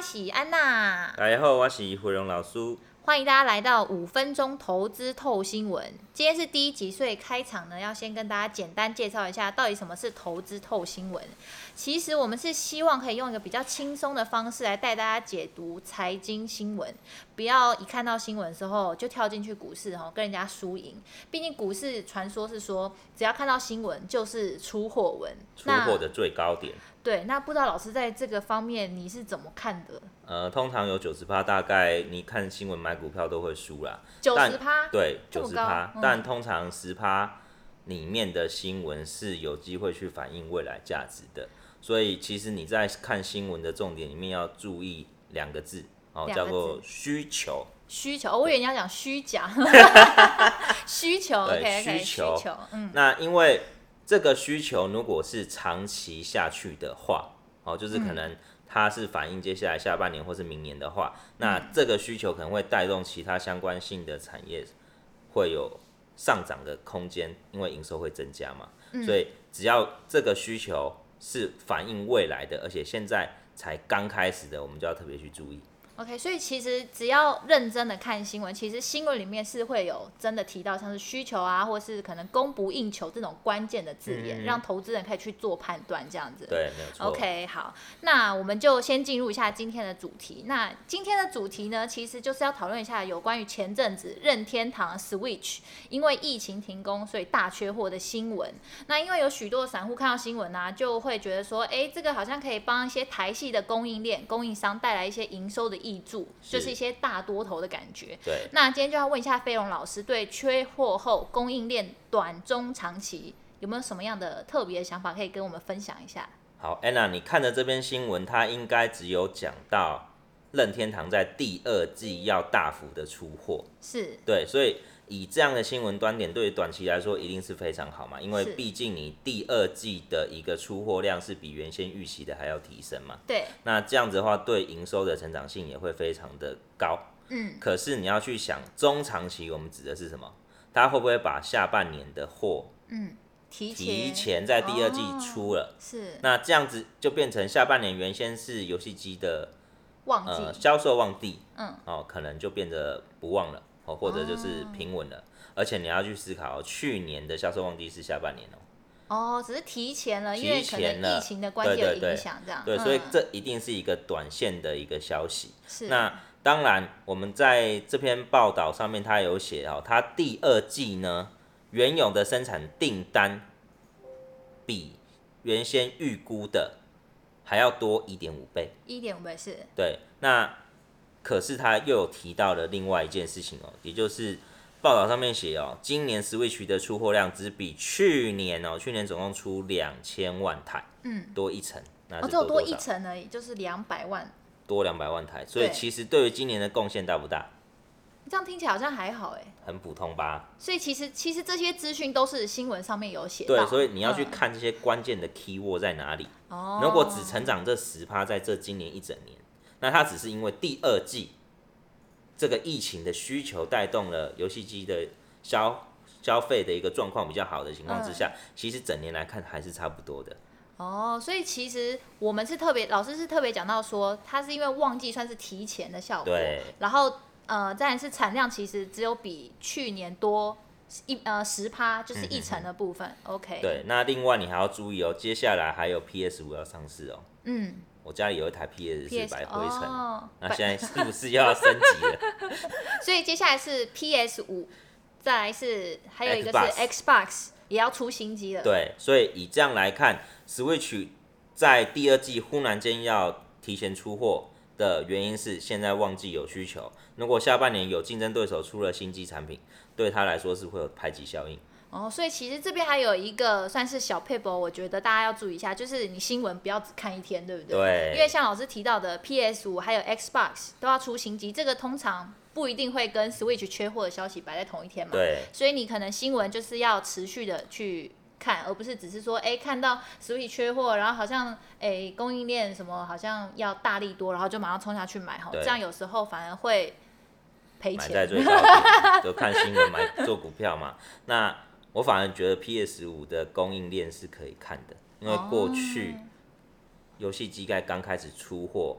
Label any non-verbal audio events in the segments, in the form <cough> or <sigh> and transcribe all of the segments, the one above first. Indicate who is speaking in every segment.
Speaker 1: 是安娜，
Speaker 2: 大家好，我是胡荣老师。
Speaker 1: 欢迎大家来到五分钟投资透新闻。今天是第一集，所以开场呢，要先跟大家简单介绍一下到底什么是投资透新闻。其实我们是希望可以用一个比较轻松的方式来带大家解读财经新闻，不要一看到新闻的时候就跳进去股市哈，跟人家输赢。毕竟股市传说是说，只要看到新闻就是出货文。
Speaker 2: 出
Speaker 1: 那
Speaker 2: 货的最高点，
Speaker 1: 对，那不知道老师在这个方面你是怎么看的？
Speaker 2: 呃，通常有九十趴，大概你看新闻买股票都会输啦。
Speaker 1: 九
Speaker 2: 但
Speaker 1: 十趴，
Speaker 2: 对，
Speaker 1: 啊这
Speaker 2: 九
Speaker 1: 么
Speaker 2: 十
Speaker 1: 高
Speaker 2: 趴
Speaker 1: 嗯，
Speaker 2: 但通常十趴里面的新闻是有机会去反映未来价值的。所以其实你在看新闻的重点里面要注意两个字，哦，
Speaker 1: 两个
Speaker 2: 叫
Speaker 1: 字
Speaker 2: 做需求。
Speaker 1: 需求，哦我以为你要讲虚
Speaker 2: <laughs>
Speaker 1: 假，需求
Speaker 2: 对
Speaker 1: OK OK，
Speaker 2: 需求
Speaker 1: 需求，嗯，
Speaker 2: 那因为这个需求如果是长期下去的话，哦，就是
Speaker 1: 嗯
Speaker 2: 可能它是反映接下来下半年或是明年的话，
Speaker 1: 嗯
Speaker 2: 那这个需求可能会带动其他相关性的产业会有上涨的空间，因为营收会增加嘛。
Speaker 1: 嗯
Speaker 2: 所以只要这个需求是反映未来的，而且现在才刚开始的，我们就要特别去注意。
Speaker 1: OK，所以其实只要认真的看新闻，其实新闻里面是会有真的提到像是需求啊，或是可能供不应求这种关键的字眼，
Speaker 2: 嗯
Speaker 1: 让投资人可以去做判断这样子。
Speaker 2: 对，没有错。
Speaker 1: OK，好，那我们就先进入一下今天的主题。那今天的主题呢，其实就是要讨论一下有关于前阵子任天堂 Switch 因为疫情停工，所以大缺货的新闻。那因为有许多散户看到新闻啊，就会觉得说，诶，这个好像可以帮一些台系的供应链、供应商带来一些营收的益助，就是
Speaker 2: 是
Speaker 1: 一些大多头的感觉。
Speaker 2: 对，
Speaker 1: 那今天就要问一下飞龙老师，对缺货后供应链短中长期有没有什么样的特别的想法，可以跟我们分享一下？
Speaker 2: 好，Anna，你看的这篇新闻，它应该只有讲到任天堂在第二季要大幅的出货，
Speaker 1: 是，
Speaker 2: 对，所以以这样的新闻端点，对于短期来说一定是非常好嘛，因为
Speaker 1: 是
Speaker 2: 毕竟你第二季的一个出货量是比原先预期的还要提升嘛，
Speaker 1: 对，
Speaker 2: 那这样子的话，对营收的成长性也会非常的高。
Speaker 1: 嗯，
Speaker 2: 可是你要去想中长期，我们指的是什么？它会不会把下半年的货
Speaker 1: 嗯提前
Speaker 2: 提前在第二季
Speaker 1: 哦
Speaker 2: 出了？
Speaker 1: 是
Speaker 2: 那这样子就变成下半年原先是游戏机的
Speaker 1: 旺季，
Speaker 2: 呃销售旺地，
Speaker 1: 嗯，
Speaker 2: 哦，可能就变得不旺了，哦，或者就是平稳了。而且你要去思考，哦去年的销售旺地是下半年哦，
Speaker 1: 哦，只是提前了，因为
Speaker 2: 提
Speaker 1: 可
Speaker 2: 前
Speaker 1: 能
Speaker 2: 了
Speaker 1: 疫情的关系
Speaker 2: 对
Speaker 1: 有
Speaker 2: 对对
Speaker 1: 影响，这样
Speaker 2: 对，所以
Speaker 1: 嗯
Speaker 2: 这一定是一个短线的一个消息。
Speaker 1: 是
Speaker 2: 那当然，我们在这篇报道上面，它有写哦，它第二季呢原有的生产订单比原先预估的还要多一点五倍。
Speaker 1: 一点五倍是
Speaker 2: 对，那可是他又有提到了另外一件事情哦，也就是报道上面写哦，今年 Switch 的出货量只比去年哦，去年总共出两千万台，
Speaker 1: 嗯，
Speaker 2: 多一成，那
Speaker 1: 哦，
Speaker 2: 是
Speaker 1: 只有
Speaker 2: 多
Speaker 1: 多
Speaker 2: 多
Speaker 1: 一
Speaker 2: 少？
Speaker 1: 层而已，就是两百万，
Speaker 2: 多两百万台，所以
Speaker 1: 对
Speaker 2: 其实对于今年的贡献大不大？
Speaker 1: 这样听起来好像还好哎。
Speaker 2: 很普通吧？
Speaker 1: 所以其实其实这些资讯都是新闻上面有写
Speaker 2: 对
Speaker 1: 到，，
Speaker 2: 所以你要去
Speaker 1: 嗯
Speaker 2: 看这些关键的 key word 在哪里。
Speaker 1: 哦，
Speaker 2: 如果只成长这十趴，在这今年一整年，那它只是因为第二季这个疫情的需求带动了游戏机的消消费的一个状况比较好的情况之
Speaker 1: 嗯
Speaker 2: 下，其实整年来看还是差不多的。
Speaker 1: 哦，所以其实我们是特别，老师是特别讲到说，它是因为旺季算是提前的效果
Speaker 2: 对，
Speaker 1: 然后呃，再来是产量其实只有比去年多一呃十趴，就是一成的部分。OK，，
Speaker 2: 嗯对，那另外你还要注意哦，接下来还有 PS 五要上市哦。
Speaker 1: 嗯
Speaker 2: 我家里有一台 PS 四
Speaker 1: ，PS
Speaker 2: 白灰尘，
Speaker 1: 哦，
Speaker 2: 那
Speaker 1: 白
Speaker 2: 现在
Speaker 1: <laughs>
Speaker 2: 是不是又要升级了？
Speaker 1: 所以接下来是 PS 五，再来是还有一个是
Speaker 2: Xbox
Speaker 1: Xbox 也要出新机了。
Speaker 2: 对，所以以这样来看，Switch 在第二季忽然间要提前出货的原因是现在旺季有需求，如果下半年有竞争对手出了新机产品，对他来说是会有排挤效应。
Speaker 1: 哦，所以其实这边还有一个算是小 paper，我觉得大家要注意一下，就是你新闻不要只看一天，对不对？
Speaker 2: 对
Speaker 1: 因为像老师提到的，PS 五还有 Xbox 都要出新机，这个通常不一定会跟 Switch 缺货的消息摆在同一天嘛。。
Speaker 2: 对，
Speaker 1: 所以你可能新闻就是要持续的去看，而不是只是说，哎、看到 Switch 缺货，然后好像哎、供应链什么好像要大力多，然后就马上冲下去买哈，
Speaker 2: 对
Speaker 1: 这样有时候反而会赔
Speaker 2: 买在
Speaker 1: 钱。啊
Speaker 2: 最高点，就看新闻买做股票嘛。那我反而觉得 PS 五的供应链是可以看的，因为过去
Speaker 1: 哦
Speaker 2: 游戏机盖刚开始出货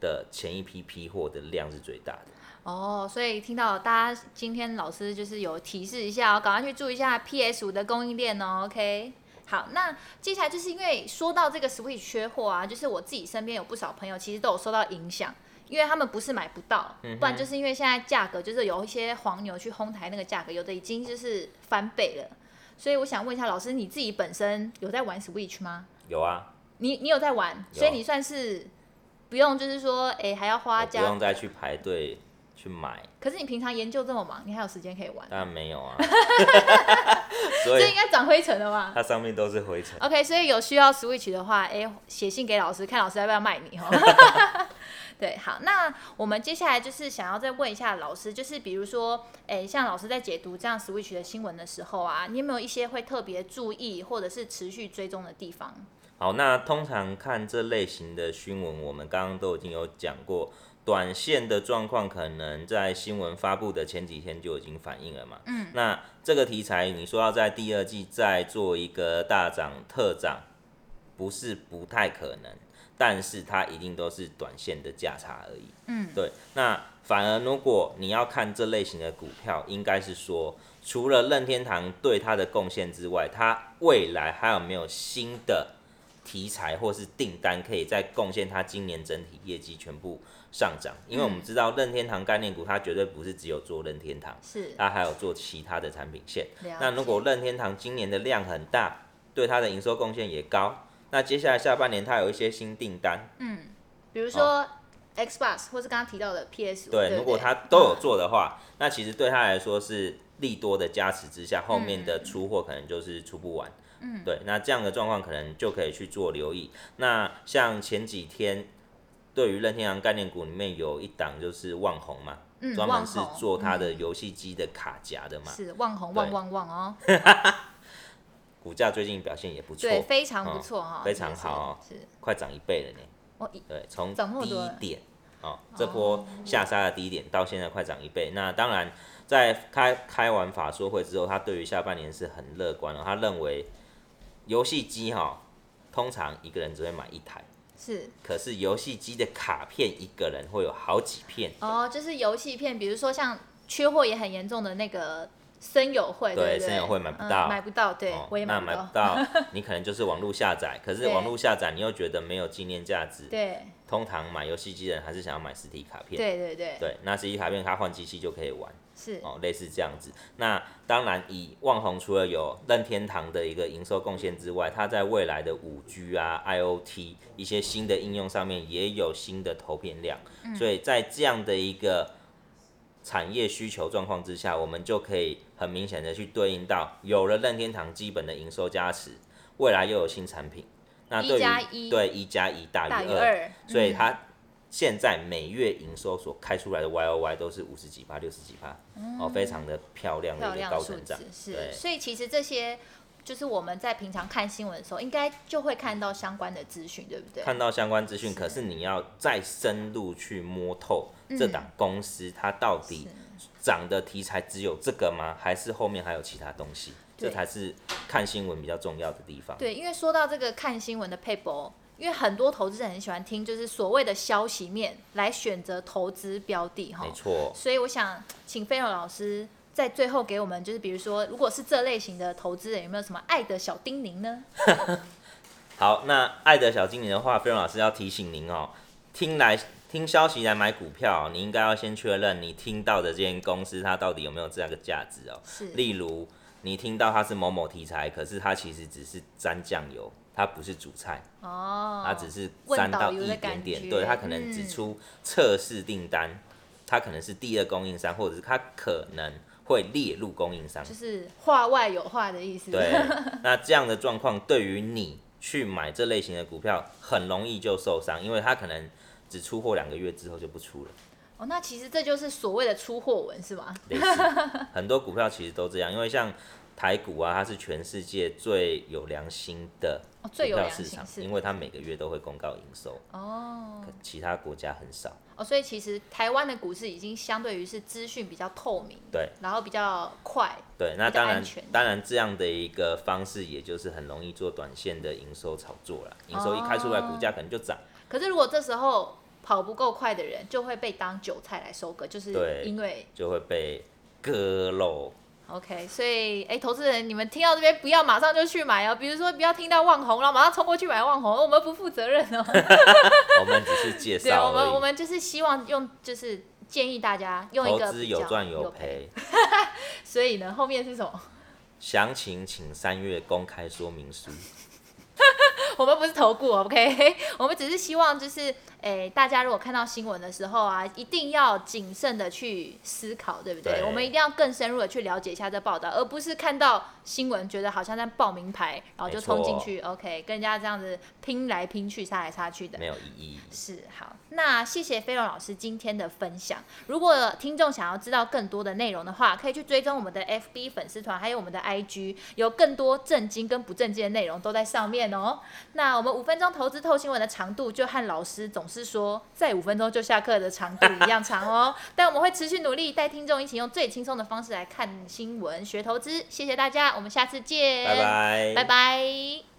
Speaker 2: 的前一批批货的量是最大的。
Speaker 1: 哦，所以听到大家今天老师就是有提示一下哦，赶快去注意一下 PS 五的供应链哦。OK，好，那接下来就是因为说到这个 Switch 缺货啊，就是我自己身边有不少朋友其实都有受到影响，因为他们不是买不到，
Speaker 2: 嗯
Speaker 1: 不然就是因为现在价格就是有一些黄牛去哄抬那个价格，有的已经就是翻倍了。所以我想问一下老师，你自己本身有在玩 Switch 吗？
Speaker 2: 有啊，
Speaker 1: 你你有在玩，
Speaker 2: 有
Speaker 1: 所以你算是不用就是说，哎、还要花
Speaker 2: 我不
Speaker 1: 家
Speaker 2: 用再去排队去买，
Speaker 1: 可是你平常研究这么忙，你还有时间可以玩，
Speaker 2: 当然没 <laughs> 有啊。所
Speaker 1: 这
Speaker 2: 以
Speaker 1: 应该长灰尘了
Speaker 2: <laughs>
Speaker 1: 吧
Speaker 2: 它上面都是灰尘。
Speaker 1: ？OK，所以有需要 Switch 的话，哎、写信给老师，看老师要不要卖你哦。
Speaker 2: <laughs>
Speaker 1: 对，好，那我们接下来就是想要再问一下老师，就是比如说，哎、像老师在解读这样 Switch 的新闻的时候啊，你有没有一些会特别注意或者是持续追踪的地方？
Speaker 2: 好，那通常看这类型的新闻，我们刚刚都已经有讲过，短线的状况可能在新闻发布的前几天就已经反映了嘛。嗯，那这个题材你说要在第二季再做一个大涨特涨，不是不太可能，但是它一定都是短线的价差而已。嗯，对。那反而如果你要看这类型的股票，应该是说，除了任天堂对它的贡献之外，它未来还有没有新的？题材或是订单可以再贡献它今年整体业绩全部上涨，因为我们知道任天堂概念股它绝对不是只有做任天堂，
Speaker 1: 是，
Speaker 2: 它还有做其他的产品线。
Speaker 1: 了
Speaker 2: 啊那如果任天堂今年的量很大，对它的营收贡献也高，那接下来下半年它有一些新订单，
Speaker 1: 比如说 Xbox 或是刚刚提到的 PS，
Speaker 2: 对，
Speaker 1: 对
Speaker 2: 如
Speaker 1: 不
Speaker 2: 果
Speaker 1: 对嗯
Speaker 2: 他都有做的话，那其实对他来说是利多的加持之下，后面
Speaker 1: 嗯
Speaker 2: 的出货可能就是出不完。嗯，对，那这样的状况可能就可以去做留意。那像前几天，对于任天堂概念股里面有一档就是旺宏嘛，
Speaker 1: 嗯
Speaker 2: 专、门
Speaker 1: 旺
Speaker 2: 是
Speaker 1: 宏嗯
Speaker 2: 做它的游戏机的卡夹的嘛，
Speaker 1: 是旺红旺
Speaker 2: 对
Speaker 1: 旺旺哦，
Speaker 2: 股价最近表现也不错，
Speaker 1: 对，非常不
Speaker 2: 嗯
Speaker 1: 错哈、
Speaker 2: 非常好哦
Speaker 1: 是是
Speaker 2: 快涨一倍了呢。
Speaker 1: 我
Speaker 2: 对，从
Speaker 1: 涨那么
Speaker 2: 低
Speaker 1: 多
Speaker 2: 点哦，这波下杀的低点到现在快涨一倍。那当然，在开开完法说会之后，他对于下半年是很乐观的、他认为游戏机哈、通常一个人只会买一台，
Speaker 1: 是
Speaker 2: 可是游戏机的卡片一个人会有好几片。
Speaker 1: 哦，就是游戏片，比如说像缺货也很严重的那个森友会，
Speaker 2: 对
Speaker 1: 不对？
Speaker 2: 森友会买不到
Speaker 1: 嗯买不到，对、
Speaker 2: 哦
Speaker 1: 我也
Speaker 2: 那
Speaker 1: 买不
Speaker 2: 买
Speaker 1: 到，
Speaker 2: 不到，
Speaker 1: <laughs>
Speaker 2: 你可能就是网络下载，可是
Speaker 1: 对
Speaker 2: 网络下载你又觉得没有纪念价值，
Speaker 1: 对
Speaker 2: 通常买游戏机的人还是想要买实体卡片。
Speaker 1: 对对对，
Speaker 2: 对，那实体卡片它换机器就可以玩。
Speaker 1: 是
Speaker 2: 哦，类似这样子。那当然，以旺宏除了有任天堂的一个营收贡献之外，它在未来的五 G 啊、IOT 一些新的应用上面也有新的投片量，
Speaker 1: 嗯
Speaker 2: 所以在这样的一个产业需求状况之下，我们就可以很明显的去对应到，有了任天堂基本的营收加持，未来又有新产品，那
Speaker 1: 一
Speaker 2: 对
Speaker 1: 加
Speaker 2: 于
Speaker 1: 一
Speaker 2: 对一加一大
Speaker 1: 大
Speaker 2: 于
Speaker 1: 于
Speaker 2: 二，
Speaker 1: 二，
Speaker 2: 所以
Speaker 1: 嗯
Speaker 2: 它现在每月营收所开出来的 Y O Y 都是五十几趴、六十几趴，哦，非常的漂亮
Speaker 1: 嗯漂
Speaker 2: 的一
Speaker 1: 亮
Speaker 2: 个
Speaker 1: 的
Speaker 2: 高
Speaker 1: 数
Speaker 2: 成
Speaker 1: 字
Speaker 2: 长。
Speaker 1: 是，
Speaker 2: 对，
Speaker 1: 所以其实这些就是我们在平常看新闻的时候，应该就会看到相关的资讯，对不对？
Speaker 2: 看到相关资讯，可是你要再深入去摸透
Speaker 1: 嗯
Speaker 2: 这档公司它到底涨的题材只有这个吗？还是后面还有其他东西？
Speaker 1: 对
Speaker 2: 这才是看新闻比较重要的地方。
Speaker 1: 对，因为说到这个看新闻的 paper，因为很多投资人很喜欢听就是所谓的消息面来选择投资标的哈
Speaker 2: 没。错，
Speaker 1: 所以我想请菲尔老师在最后给我们就是比如说，如果是这类型的投资人，有没有什么爱的小叮咛呢？
Speaker 2: 好，那爱的小精灵的话，飞龙老师要提醒您哦，听来听消息来买股票哦，你应该要先确认你听到的这间公司它到底有没有这样的价值哦。
Speaker 1: 是
Speaker 2: 例如，你听到它是某某题材，可是它其实只是沾酱油，它不是主菜，
Speaker 1: 哦，
Speaker 2: 它只是
Speaker 1: 问
Speaker 2: 沾
Speaker 1: 导
Speaker 2: 到
Speaker 1: 游
Speaker 2: 一
Speaker 1: 的
Speaker 2: 点
Speaker 1: 感
Speaker 2: 点，
Speaker 1: 觉
Speaker 2: 对，它可能只出测试订单，它可能是第二供应商，或者是它可能会列入供应商
Speaker 1: 就。是话外有话的意思。 <laughs>
Speaker 2: 对，那这样的状况对于你去买这类型的股票，很容易就受伤，因为它可能只出货两个月之后就不出了。
Speaker 1: 哦，那其实这就是所谓的出货文是吗？
Speaker 2: 类似很多股票其实都这样，因为像台股啊，它是全世界最有良心的
Speaker 1: 哦，
Speaker 2: 股
Speaker 1: 最有
Speaker 2: 票
Speaker 1: 良
Speaker 2: 市
Speaker 1: 心
Speaker 2: 场，
Speaker 1: 是
Speaker 2: 因为它每个月都会公告营收，
Speaker 1: 哦
Speaker 2: 可其他国家很少。
Speaker 1: 哦，所以其实台湾的股市已经相对于是资讯比较透明，
Speaker 2: 对，
Speaker 1: 然后比较快，
Speaker 2: 对，那
Speaker 1: 比较
Speaker 2: 当
Speaker 1: 安
Speaker 2: 然
Speaker 1: 全，
Speaker 2: 当然这样的一个方式，也就是很
Speaker 1: 哦
Speaker 2: 容易做短线的营收炒作啦。营收一开出来，股价可能就涨。
Speaker 1: 可是如果这时候跑不够快的人就会被当韭菜来收割，就是
Speaker 2: 对
Speaker 1: 因为
Speaker 2: 就会被割肉。
Speaker 1: OK，所以哎，投资人你们听到这边不要马上就去买哦，比如说不要听到望红，然后马上冲过去买望红，我们不负责任
Speaker 2: <laughs>
Speaker 1: 哦。
Speaker 2: 我们只是介
Speaker 1: 对，我
Speaker 2: 绍而
Speaker 1: 们我
Speaker 2: 已。
Speaker 1: 们就是希望用就是建议大家用一
Speaker 2: 投
Speaker 1: 个
Speaker 2: 资
Speaker 1: 比
Speaker 2: 有
Speaker 1: 较
Speaker 2: 赚有。赔，
Speaker 1: 所以呢，后面是什么？
Speaker 2: 详情请三月公开说明书。
Speaker 1: <laughs> 我们不是投顾，OK？我 <laughs> 们只是希望就是，诶、大家如果看到新闻的时候啊，一定要谨慎的去思考，对不对？
Speaker 2: 对
Speaker 1: 我们一定要更深入的去了解一下这报道，而不是看到新闻觉得好像在报名牌，然后就
Speaker 2: 没错
Speaker 1: 冲进去，OK？跟人家这样子拼来拼去、杀来杀去的
Speaker 2: 没。有意义。
Speaker 1: 是好，那谢谢飞龙老师今天的分享。如果听众想要知道更多的内容的话，可以去追踪我们的 FB 粉丝团，还有我们的 IG，有更多震惊跟不震惊的内容都在上面哦。那我们五分钟投资透新闻的长度，就和老师总是说在五分钟就下课的长度一样长哦。但我们会持续努力，带听众一起用最轻松的方式来看新闻、学投资。谢谢大家，我们下次见，
Speaker 2: 拜拜，
Speaker 1: 拜拜